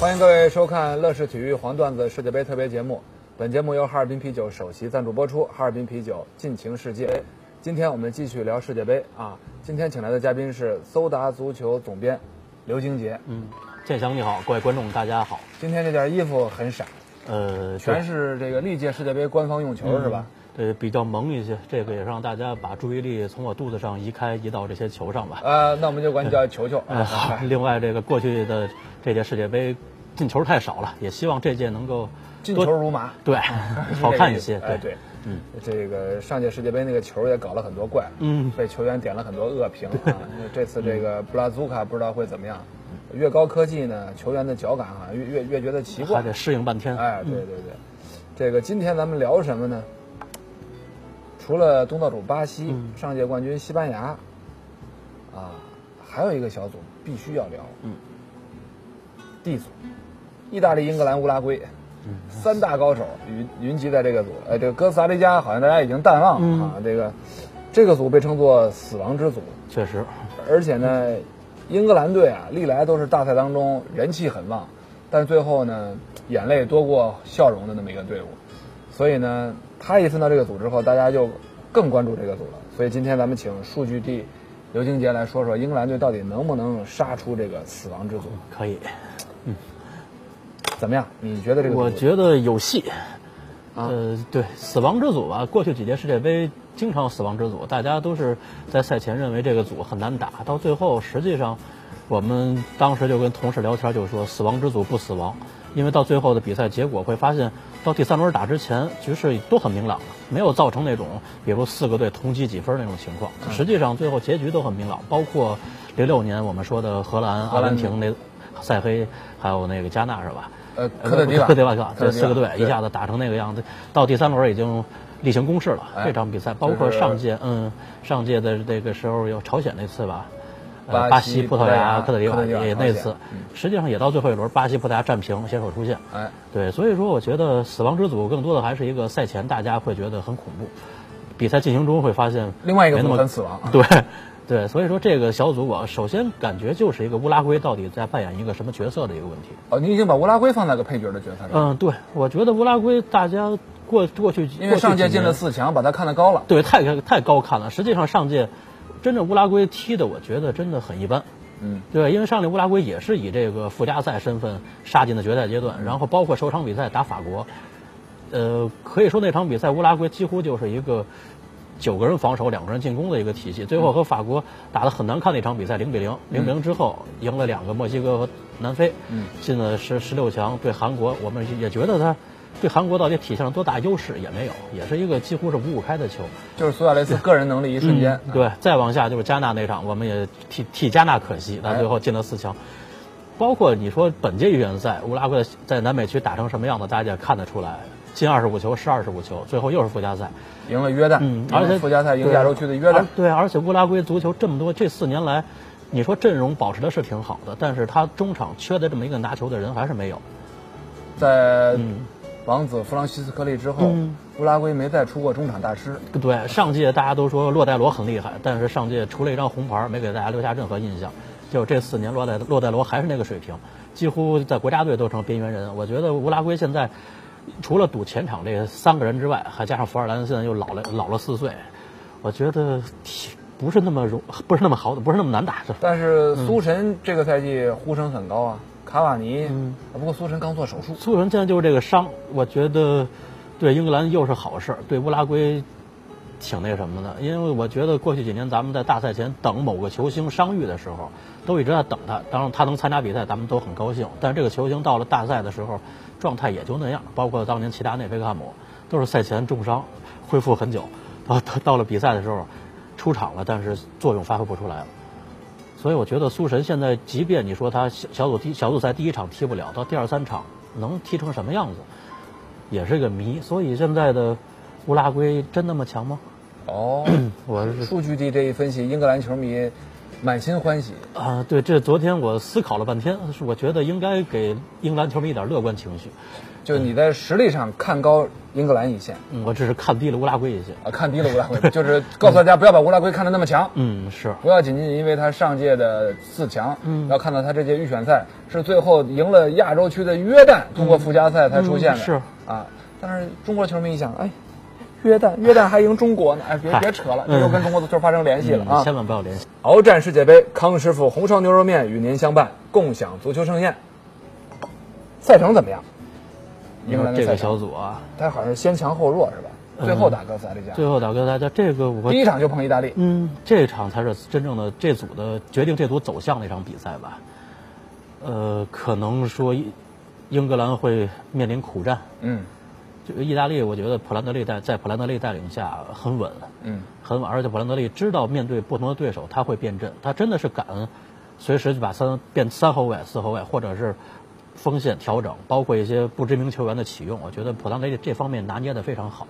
欢迎各位收看乐视体育黄段子世界杯特别节目。本节目由哈尔滨啤酒首席赞助播出，哈尔滨啤酒尽情世界。今天我们继续聊世界杯啊，今天请来的嘉宾是搜达足球总编刘京杰。嗯，建翔你好，各位观众大家好。今天这件衣服很闪，呃，全是这个历届世界杯官方用球、对是吧？？呃，比较萌一些，这个也让大家把注意力从我肚子上移开，移到这些球上吧。呃，那我们就管你叫球球呃，好 啊。。另外，这个过去的这届世界杯进球太少了，也希望这届能够进多球如麻，对 是这好个看意一思些。哎，对，嗯，这个上届世界杯那个球也搞了很多怪，嗯被球员点了很多恶评 啊。那这次这个布拉祖卡不知道会怎么样。越高科技呢，球员的脚感啊，越越越觉得奇怪还。得适应半天。嗯哎，对对对，这个今天咱们聊什么呢？除了东道主巴西、嗯上届冠军西班牙，啊，还有一个小组必须要聊，嗯，D 组，意大利、英格兰、乌拉圭，嗯三大高手云云集在这个组。哎，这个哥斯达黎加好像大家已经淡忘嗯了、啊，这个这个组被称作死亡之组，确实，而且呢，英格兰队啊，历来都是大赛当中人气很旺，但是最后呢，眼泪多过笑容的那么一个队伍，所以呢，他一分到这个组之后，大家就更关注这个组了。所以今天咱们请数据帝刘金杰来说说英格兰队到底能不能杀出这个死亡之组？可以。怎么样？你觉得这个组？我觉得有戏。啊呃，对，死亡之组吧，过去几届世界杯经常有死亡之组，大家都是在赛前认为这个组很难打，到最后实际上，我们当时就跟同事聊天就说，死亡之组不死亡，因为到最后的比赛结果会发现，到第三轮打之前局势都很明朗了，没有造成那种比如四个队同积几分那种情况，嗯实际上最后结局都很明朗，包括零六年我们说的荷兰、阿兰根廷那塞黑，还有那个加纳是吧？呃科特迪瓦科特迪瓦克科特迪瓦这四个队对一下子打成那个样子，到第三轮已经例行公事了。哎这场比赛包括上届，嗯，上届的这个时候有朝鲜那次吧，呃，巴巴西西、葡萄牙、葡科萄特牙迪科瓦特迪瓦也朝那鲜嗯次，实际上也到最后一轮，巴西、葡萄牙战平，携手出线。哎，对，所以说我觉得死亡之组更多的还是一个赛前大家会觉得很恐怖，比赛进行中会发现另外一个没那组么很死亡。 对，对，所以说这个小组我首先感觉就是一个乌拉圭到底在扮演一个什么角色的一个问题。哦，你已经把乌拉圭放在个配角的角色上，嗯，对，我觉得乌拉圭大家过过去因为上届进了，过去几四年强，把他看得高了。对，太太高看了。实际上上届真正乌拉圭踢的，我觉得真的很一般。嗯，对，因为上届乌拉圭也是以这个附加赛身份杀进的决赛阶段，然后包括首场比赛打法国，呃，可以说那场比赛乌拉圭几乎就是一个九个人防守，两个人进攻的一个体系。最后和法国打得很难看的一场比赛，零比零，零比零之后赢了两个墨西哥和南非，进了十十六强对韩国，我们也觉得他对韩国到底体现了多大优势也没有，也是一个几乎是五五开的球。就是苏亚雷斯个人能力一瞬间。嗯啊对，再往下就是加纳那场，我们也替替加纳可惜，但最后进了四强。包括你说本届预选赛乌拉圭在南美区打成什么样子，大家也看得出来，进二十五球，失二十五球，最后又是附加赛。赢了约旦，嗯，赢而了且附加赛赢对亚洲区的约旦而，对，而且乌拉圭足球这么多这四年来，你说阵容保持的是挺好的，但是他中场缺的这么一个拿球的人还是没有。在王子弗朗西斯科利之后嗯，乌拉圭没再出过中场大师。对，上届大家都说洛戴罗很厉害，但是上届除了一张红牌，没给大家留下任何印象。就这四年，洛戴洛戴罗还是那个水平，几乎在国家队都成边缘人。我觉得乌拉圭现在除了赌前场这三个人之外，还加上福尔兰现在又老了老了四岁，我觉得 挺不是那么容 不是那么好不是那么难打。这但是嗯苏神这个赛季呼声很高啊，卡瓦尼，嗯啊不过苏神刚做手术，苏有人现在就是这个伤，我觉得对英格兰又是好事儿，对乌拉圭挺那什么的。因为我觉得过去几年咱们在大赛前等某个球星伤愈的时候，都一直在等他。当然他能参加比赛，咱们都很高兴。但是这个球星到了大赛的时候，状态也就那样。包括当年齐达内、贝克汉姆，都是赛前重伤，恢复很久，到到到了比赛的时候。出场了，但是作用发挥不出来了。所以我觉得苏神现在，即便你说他小小组第小组赛第一场踢不了，到第二三场能踢成什么样子，也是个谜。所以现在的乌拉圭真那么强吗？哦，我是 数据地这一分析，英格兰球迷满心欢喜。啊，对，这昨天我思考了半天，是我觉得应该给英格兰球迷一点乐观情绪。就你在实力上看高英格兰一线嗯我只是看低了乌拉圭一些。啊，看低了乌拉圭，就是告诉大家不要把乌拉圭看得那么强。嗯，是。不要仅仅因为他上届的四强，嗯，要看到他这届预选赛是最后赢了亚洲区的约旦，通过附加赛才出现的，嗯是啊。但是中国球迷一想，哎，约旦，约旦还赢中国呢，哎，别嗨别扯了，这又跟中国足球发生联系了嗯啊！千万不要联系。鏖战世界杯，康师傅红烧牛肉面与您相伴，共享足球盛宴。赛程怎么样？英格兰的嗯这赛个程，小组啊，他好像是先强后弱是吧？最后打哥斯达黎加，最后打哥斯达黎加，这个我第一场就碰意大利，嗯，这场才是真正的这组的决定这组走向的一场比赛吧。呃，可能说英英格兰会面临苦战，嗯这个意大利，我觉得普兰德利带在普兰德利带领下很稳，嗯，很稳，而且普兰德利知道面对不同的对手他会变阵，他真的是敢随时就把三变三后卫、四后卫，或者是锋线调整，包括一些不知名球员的启用，我觉得普兰德利这方面拿捏的非常好。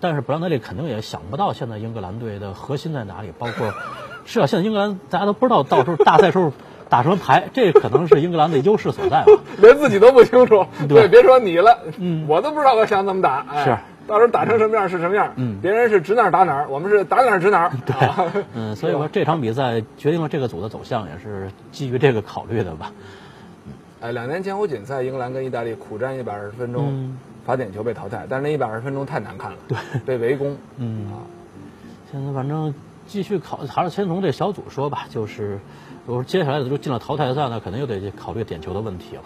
但是普兰德利肯定也想不到现在英格兰队的核心在哪里，包括 是啊，现在英格兰大家都不知道到时候大赛时候打什么牌，这可能是英格兰的优势所在吧。 连自己都不清楚。对嗯别说你了，我都不知道我想怎么打。哎、是，到时候打成什么样是什么样。嗯，别人是指哪儿打哪儿，我们是打哪儿指哪儿。啊对，嗯，所以说这场比赛决定了这个组的走向，也是基于这个考虑的吧。 哎，两年前欧锦赛，英格兰跟意大利苦战一百二十分钟，嗯罚点球被淘汰，但是那一百二十分钟太难看了，对，被围攻。嗯啊，现在反正继续考，还是先从这小组说吧。就是，我说接下来就进了淘汰赛呢，肯定又得考虑点球的问题了。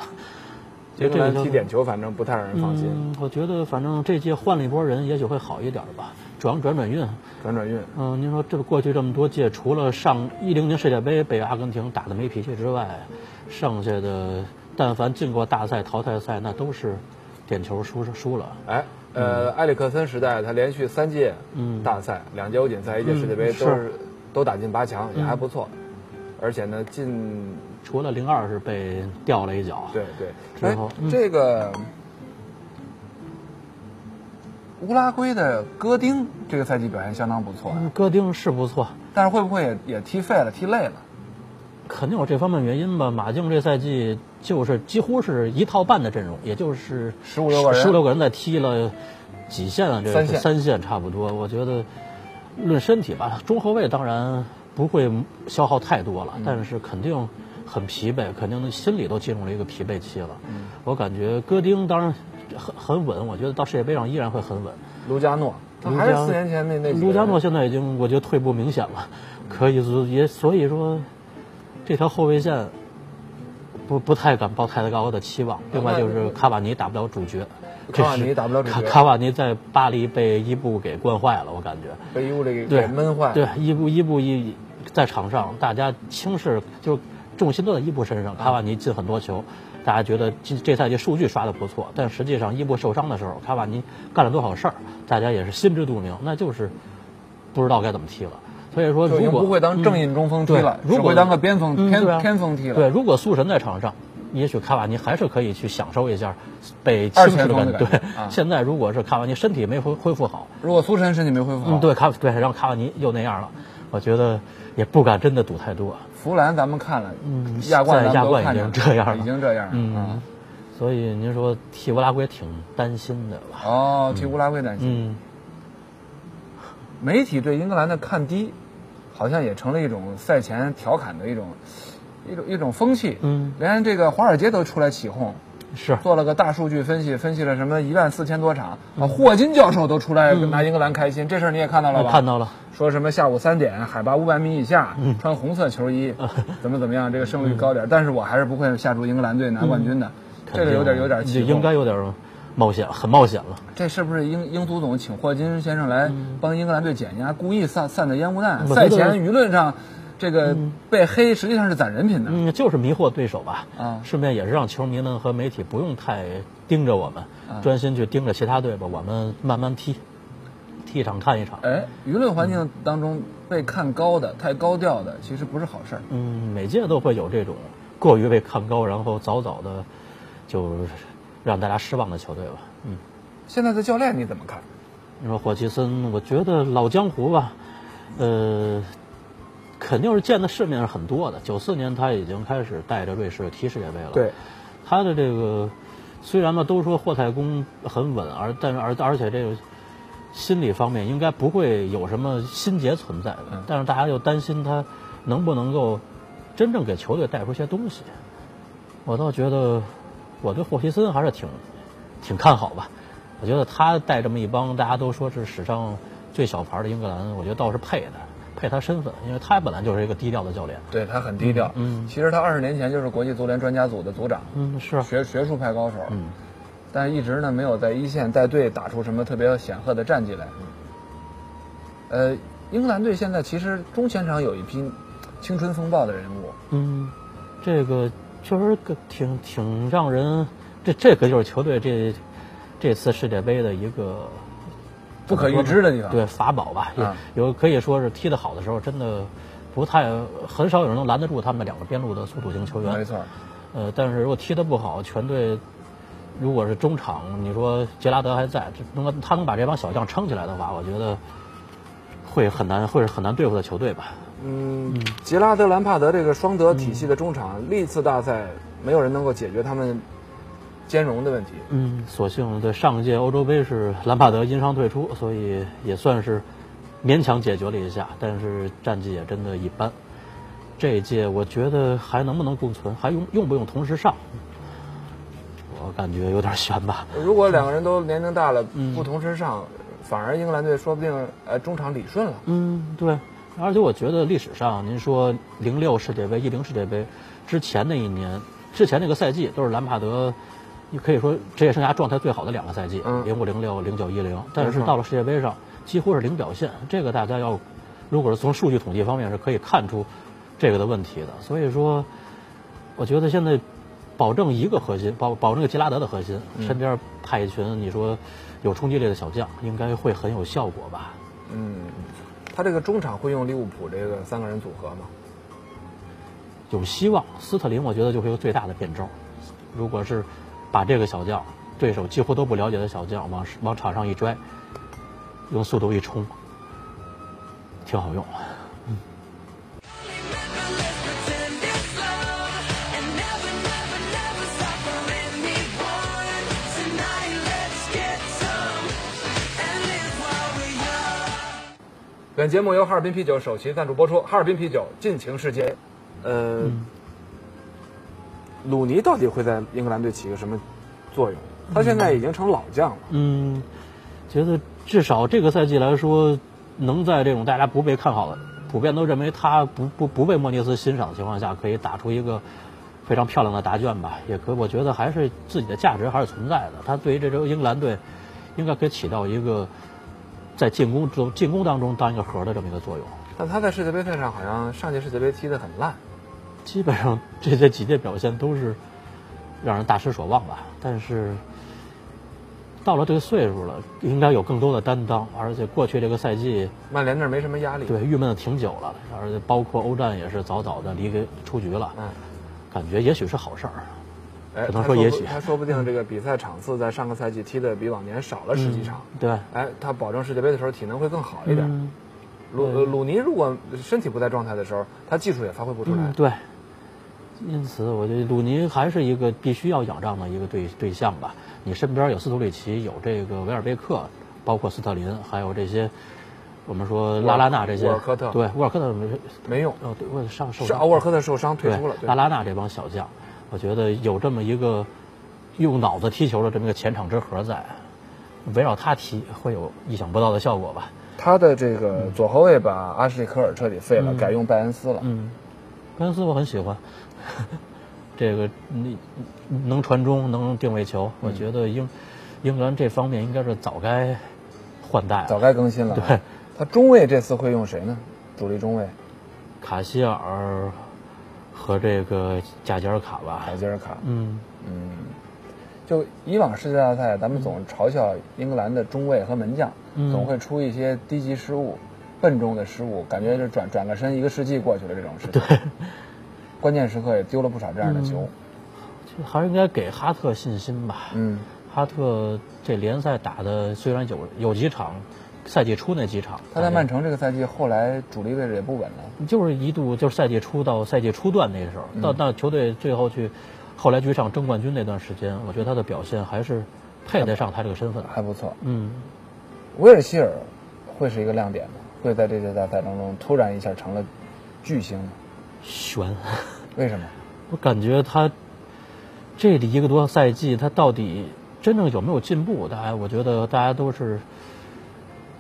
英格兰这个踢点球，反正不太让人放心，嗯，我觉得反正这届换了一波人，也许会好一点吧。主要转转运，转转运。嗯，您说这过去这么多届，除了上一零年世界杯被阿根廷打得没脾气之外，剩下的但凡进过大赛、淘汰赛，那都是点球输输了。哎，呃，埃里克森时代，他连续三届嗯大赛，两届欧锦赛，一届世界杯，嗯是嗯都是都打进八强，也还不错。而且呢，进除了零二是被掉了一脚，对对，哎之后嗯这个乌拉圭的戈丁这个赛季表现相当不错呀，啊嗯，戈丁是不错，但是会不会也也踢废了、踢累了？肯定有这方面原因吧。马竞这赛季就是几乎是一套半的阵容，也就是15六个人十六个人在踢了几线啊，这三线三线差不多。我觉得论身体吧，中后卫当然不会消耗太多嗯了，但是肯定很疲惫，肯定心里都进入了一个疲惫期了。嗯我感觉戈丁当然很很稳，我觉得到世界杯上依然会很稳。卢加诺，他还是四年前那那几个卢加人诺现在已经我觉得退步明显了，可以说也所以说，这条后卫线不不太敢抱太高的期望。另外就是卡瓦尼打不了主角，卡瓦尼打不了主角这是卡卡瓦尼在巴黎被伊布给惯坏了，我感觉。被伊布这个对，给闷坏了。对，伊布伊布一在场上，大家轻视，就是重心都在伊布身上。啊卡瓦尼进很多球，大家觉得这这赛季数据刷的不错，但实际上伊布受伤的时候，卡瓦尼干了多少事儿，大家也是心知肚明，那就是不知道该怎么踢了。所以说，就已经如果嗯不会当正印中锋踢对了，如只果会当个边锋、嗯偏对啊偏锋踢了。对，，如果苏神在场上，也许卡瓦尼还是可以去享受一下被二轻视前锋的感觉。感觉对，啊现在如果是卡瓦尼身体没恢恢复好，如果苏神身体没恢复好，嗯，对，卡对，让卡瓦尼又那样了，我觉得也不敢真的赌太多。啊弗兰咱们看了，嗯亚冠在咱们都亚冠看见已经这样了已经这样了。嗯啊所以您说替乌拉圭挺担心的吧？哦，替乌拉圭担心。嗯，媒体对英格兰的看低，好像也成了一种赛前调侃的一种一种一种风气。嗯，连这个华尔街都出来起哄，是，做了个大数据分析，分析了什么一万四千多场嗯啊，霍金教授都出来拿英格兰开心，这事儿你也看到了我吧？看嗯到了，说什么下午三点，海拔五百米以下，穿红色球 衣，怎么怎么样，这个胜率高嗯点儿。但是我还是不会下注英格兰队拿冠军的，这个有点有点就起应哄。该有点冒险，很冒险了。这是不是英英足总请霍金先生来帮英格兰队减压，故意散散的烟雾弹？嗯我觉赛得前舆论上，这个被黑实际上是攒人品的。嗯，就是迷惑对手吧。啊顺便也是让球迷们和媒体不嗯用太盯着我们，专心去盯着其他队吧，我们慢慢踢，踢踢一场看一场。哎，舆论环境当中被看高的、太高调的，其实不是好事儿。嗯，每届都会有这种过于被看高，然后早早的就让大家失望的球队吧。嗯，现在的教练你怎么看？你说霍奇森，我觉得老江湖吧，呃，肯定是见的世面是很多的。九四年他已经开始带着瑞士踢世界杯了。，他的这个虽然吧，都说霍太公很稳，而但是而而且这个心理方面应该不会有什么心结存在的，嗯但是大家又担心他能不能够真正给球队带出些东西。我倒觉得我对霍奇森还是挺挺看好吧。我觉得他带这么一帮大家都说是史上最小牌的英格兰，我觉得倒是配的，配他身份，因为他本来就是一个低调的教练。对他很低调。嗯嗯其实他二十年前就是国际足联专家组的组长，嗯，是啊，学学术派高手，嗯。但一直呢没有在一线带队打出什么特别显赫的战绩来。嗯呃，英格兰队现在其实中前场有一批青春风暴的人物，嗯，这个确实个挺挺让人，这这个就是球队这这次世界杯的一个不可预知的地方。对法宝吧，啊有有可以说是踢得好的时候，真的不太很少有人能拦得住他们两个边路的速度型球没员。错，呃，但是如果踢得不好，全队如果是中场，你说杰拉德还在，这能他能把这帮小将撑起来的话，我觉得会很难，会是很难对付的球队吧。嗯，杰拉德、兰帕德这个双嗯德体系的中场，历次大赛没有人能够解决他们兼容的问题。嗯，所幸对上届欧洲杯是兰帕德因伤退出，所以也算是勉强解决了一下，但是战绩也真的一般。这一届我觉得还能不能共存，还用用不用同时上？我感觉有点悬吧。如果两个人都年龄大了，嗯不同身上，反而英格兰队说不定呃中场理顺了。嗯，对。而且我觉得历史上，您说零六世界杯、一零世界杯之前那一年，之前那个赛季都是兰帕德，你可以说职业生涯状态最好的两个赛季，嗯零五、零六、零九、一零。但没是错到了世界杯上，几乎是零表现。这个大家要，如果是从数据统计方面是可以看出这个的问题的。所以说，我觉得现在保证一个核心，保保证一个杰拉德的核心，嗯身边派一群你说有冲击力的小将，应该会很有效果吧。嗯，他这个中场会用利物浦这个三个人组合吗？有希望。斯特林我觉得就是一个最大的变招。如果是把这个小将，对手几乎都不了解的小将往往场上一拽，用速度一冲，挺好用。本节目由哈尔滨啤酒首席赞助播出，哈尔滨啤酒尽情世界。呃，鲁尼到底会在英格兰队起个什么作用？他现在已经成老将了。嗯，觉得至少这个赛季来说，能在这种大家不被看好的、普遍都认为他不不不被莫尼斯欣赏的情况下，可以打出一个非常漂亮的答卷吧。也可，我觉得还是自己的价值还是存在的。他对于这支英格兰队，应该可以起到一个在进攻中进攻当中当一个核的这么一个作用。但他在世界杯赛上好像上届世界杯踢得很烂。基本上这些几届表现都是让人大失所望吧。但是到了这个岁数了，应该有更多的担当，而且过去这个赛季曼联那儿没什么压力。，对郁闷的挺久了，而且包括欧战也是早早的离给出局了，嗯，感觉也许是好事儿。哎，只他能说也许嗯不他说不定这个比赛场次在上个赛季踢的比往年少了十几场。对，哎，他保证世界杯的时候体能会更好一点。嗯鲁呃鲁尼如果身体不在状态的时候，他技术也发挥不出来。嗯，对。因此，我觉得鲁尼还是一个必须要仰仗的一个对对象吧。你身边有斯图里奇，有这个维尔贝克，包括斯特林，还有这些我们说拉拉纳这些，沃尔科特对，沃尔科特没没用。哦，对，我上受是啊伤奥沃尔科特受伤退对出了，对拉拉纳这帮小将，我觉得有这么一个用脑子踢球的这么一个前场之核在，围绕他踢会有意想不到的效果吧。他的这个左后卫把阿什利科尔彻底废了，改用拜恩斯了。嗯嗯，贝恩斯我很喜欢， 这个你能传中，能定位球，嗯我觉得英英格兰这方面应该是早该换代早了。该更新了。对，他中卫这次会用谁呢？主力中卫卡希尔和这个贾吉尔卡吧海，基尔卡。嗯，嗯，就以往世界大赛，咱们总嘲笑英格兰的中卫和门将，嗯总会出一些低级失误、笨重的失误，感觉就转转个身一个世纪过去了这种事情。对，关键时刻也丢了不少这样的球。就还是应该给哈特信心吧。嗯哈特这联赛打的虽然有有几场，赛季初那几场，他在曼城这个赛季后来主力位置也不稳了。就是一度就是赛季初到赛季初段那时候，到到球队最后去，后来居上争冠军那段时间，我觉得他的表现还是配得上他这个身份。还不错，嗯，威尔希尔会是一个亮点吗？会在这届大赛当中突然一下成了巨星吗？悬，为什么？我感觉他这里一个多赛季，他到底真正有没有进步？大家我觉得大家都是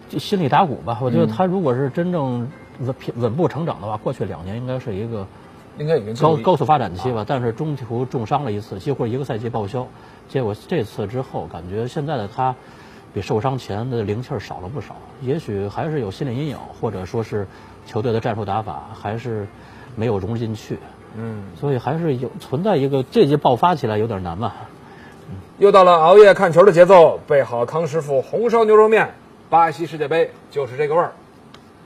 就心里打鼓吧。我觉得他如果是真正稳稳步成长的话，过去两年应该是一个。应该已经进入高高速发展期吧，但是中途重伤了一次，几乎一个赛季报销。结果这次之后，感觉现在的他比受伤前的灵气儿少了不少。也许还是有心理阴影，或者说是球队的战术打法还是没有融进去，嗯。所以还是有存在一个这届爆发起来有点难吧。又到了熬夜看球的节奏，备好康师傅红烧牛肉面。巴西世界杯就是这个味儿。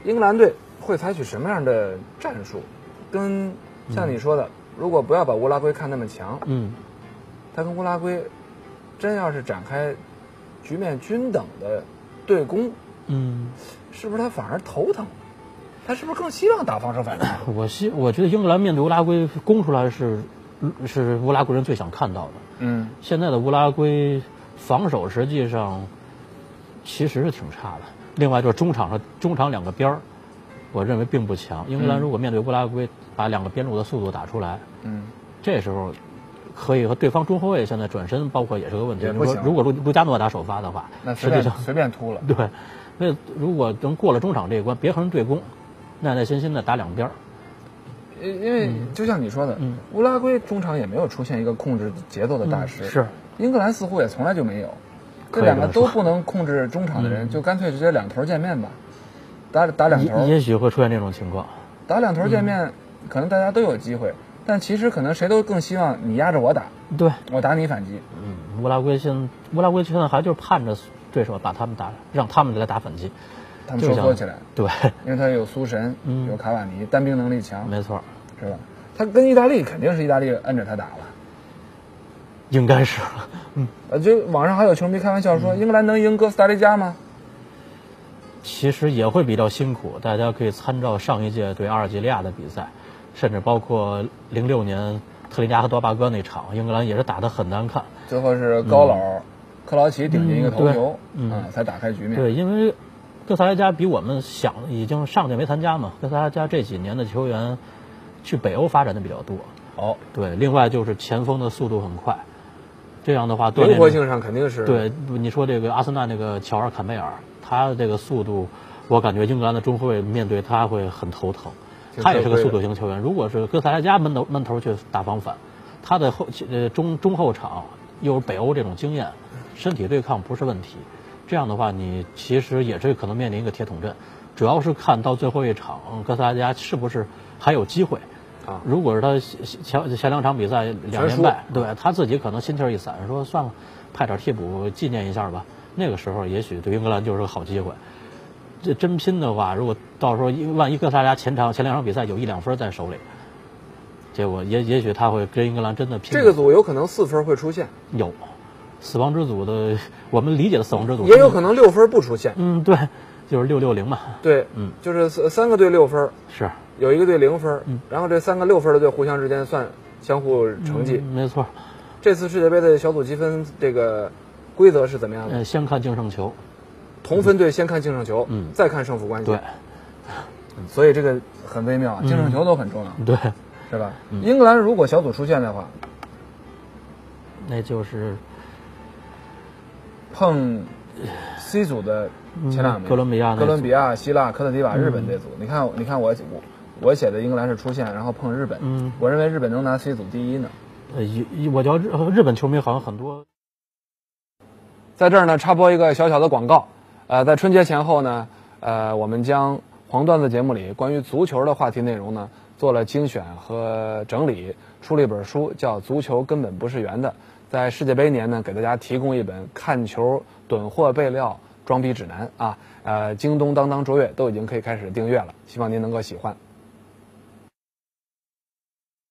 英格兰队会采取什么样的战术？跟像你说的，如果不要把乌拉圭看那么强，嗯，他跟乌拉圭真要是展开局面均等的对攻，嗯，是不是他反而头疼？他是不是更希望打防守反击？我希我觉得英格兰面对乌拉圭攻出来是是乌拉圭人最想看到的。 嗯，现在的乌拉圭防守实际上其实是挺差的。另外就是中场上中场两个边儿，我认为并不强。英格兰如果面对乌拉圭，把两个边路的速度打出来，嗯，这时候可以和对方中后卫现在转身，包括也是个问题。也你不说行如果卢卢加诺打首发的话，那随实际便上随便突了。对，那如果能过了中场这一关，别和人对攻，耐耐心心的打两边儿。因因为就像你说的，嗯乌拉圭中场也没有出现一个控制节奏的大师，嗯是英格兰似乎也从来就没有，这可以两个这么都说嗯不能控制中场的人，就干脆直接两头见面吧，打打两也头，也许会出现这种情况。打两头嗯见面，可能大家都有机会，但其实可能谁都更希望你压着我打，对，我打你反击，乌拉圭现乌拉圭现在还就是盼着对手把他们打，让他们来打反击，他们就收想缩起来，对， 因为他有苏神，嗯有卡瓦尼，单兵能力强，没错，是吧？他跟意大利肯定是意大利摁着他打了。应该是。 呃，就网上还有球迷开玩笑嗯说，英格兰能赢哥斯达黎加吗？其实也会比较辛苦，大家可以参照上一届对阿尔及利亚的比赛，甚至包括零六年特林加和多巴哥那场，英格兰也是打得很难看。最后是高老、克劳奇顶进一个头球，嗯嗯对啊，嗯才打开局面。对，因为哥斯达黎加比我们想已经上届没参加嘛，哥斯达黎加这几年的球员去北欧发展的比较多。好，对，另外就是前锋的速度很快，这样的话锻灵炼活性上肯定是，对，你说这个阿森纳那个乔尔坎贝尔，他的这个速度，我感觉英格兰的中后卫面对他会很头疼。挺他也是个吃速亏的度型球员，如果是哥斯达黎加闷头闷头去打防反，他的后呃中中后场又有北欧这种经验，身体对抗不是问题。这样的话，你其实也是可能面临一个铁桶阵，主要是看到最后一场哥斯达黎加是不是还有机会。啊如果是他前前两场比赛两连败，对他自己可能心气儿一散，说算了，派点替补纪念一下吧。那个时候也许对英格兰就是个好机会。这真拼的话，如果到时候一万一哥斯达黎加前场前两场比赛有一两分在手里，结果也也许他会跟英格兰真的拼。这个组有可能四分会出现，有死亡之组的，我们理解的死亡之组也有可。能六分不出现。嗯，对，就是六六零嘛，对，嗯，就是三三个队六分，是有一个队零分，嗯然后这三个六分的队互相之间算相互成绩。嗯没错。这次世界杯的小组积分这个规则是怎么样的？呃，先看净胜球，同分队先看净胜球，嗯再看胜负关系。对所以这个很微嗯妙，净胜球都很重要，对，是吧？嗯英格兰如果小组出线的话，那就是碰 C 组的前两名，嗯哥伦比亚那组嗯哥伦比亚、希腊、科特迪瓦、日本这组，你看，你看我我我写的英格兰是出线，然后碰日本，嗯我认为日本能拿 C 组第一呢。呃，一我觉得日日本球迷好像很多在这儿呢，插播一个小小的广告。呃，在春节前后呢，呃，我们将黄段子节目里关于足球的话题内容呢，做了精选和整理，出了一本书，叫《足球根本不是圆的》。在世界杯年呢，给大家提供一本看球囤货备料装逼指南啊，呃，京东、当当、卓越都已经可以开始订阅了，希望您能够喜欢。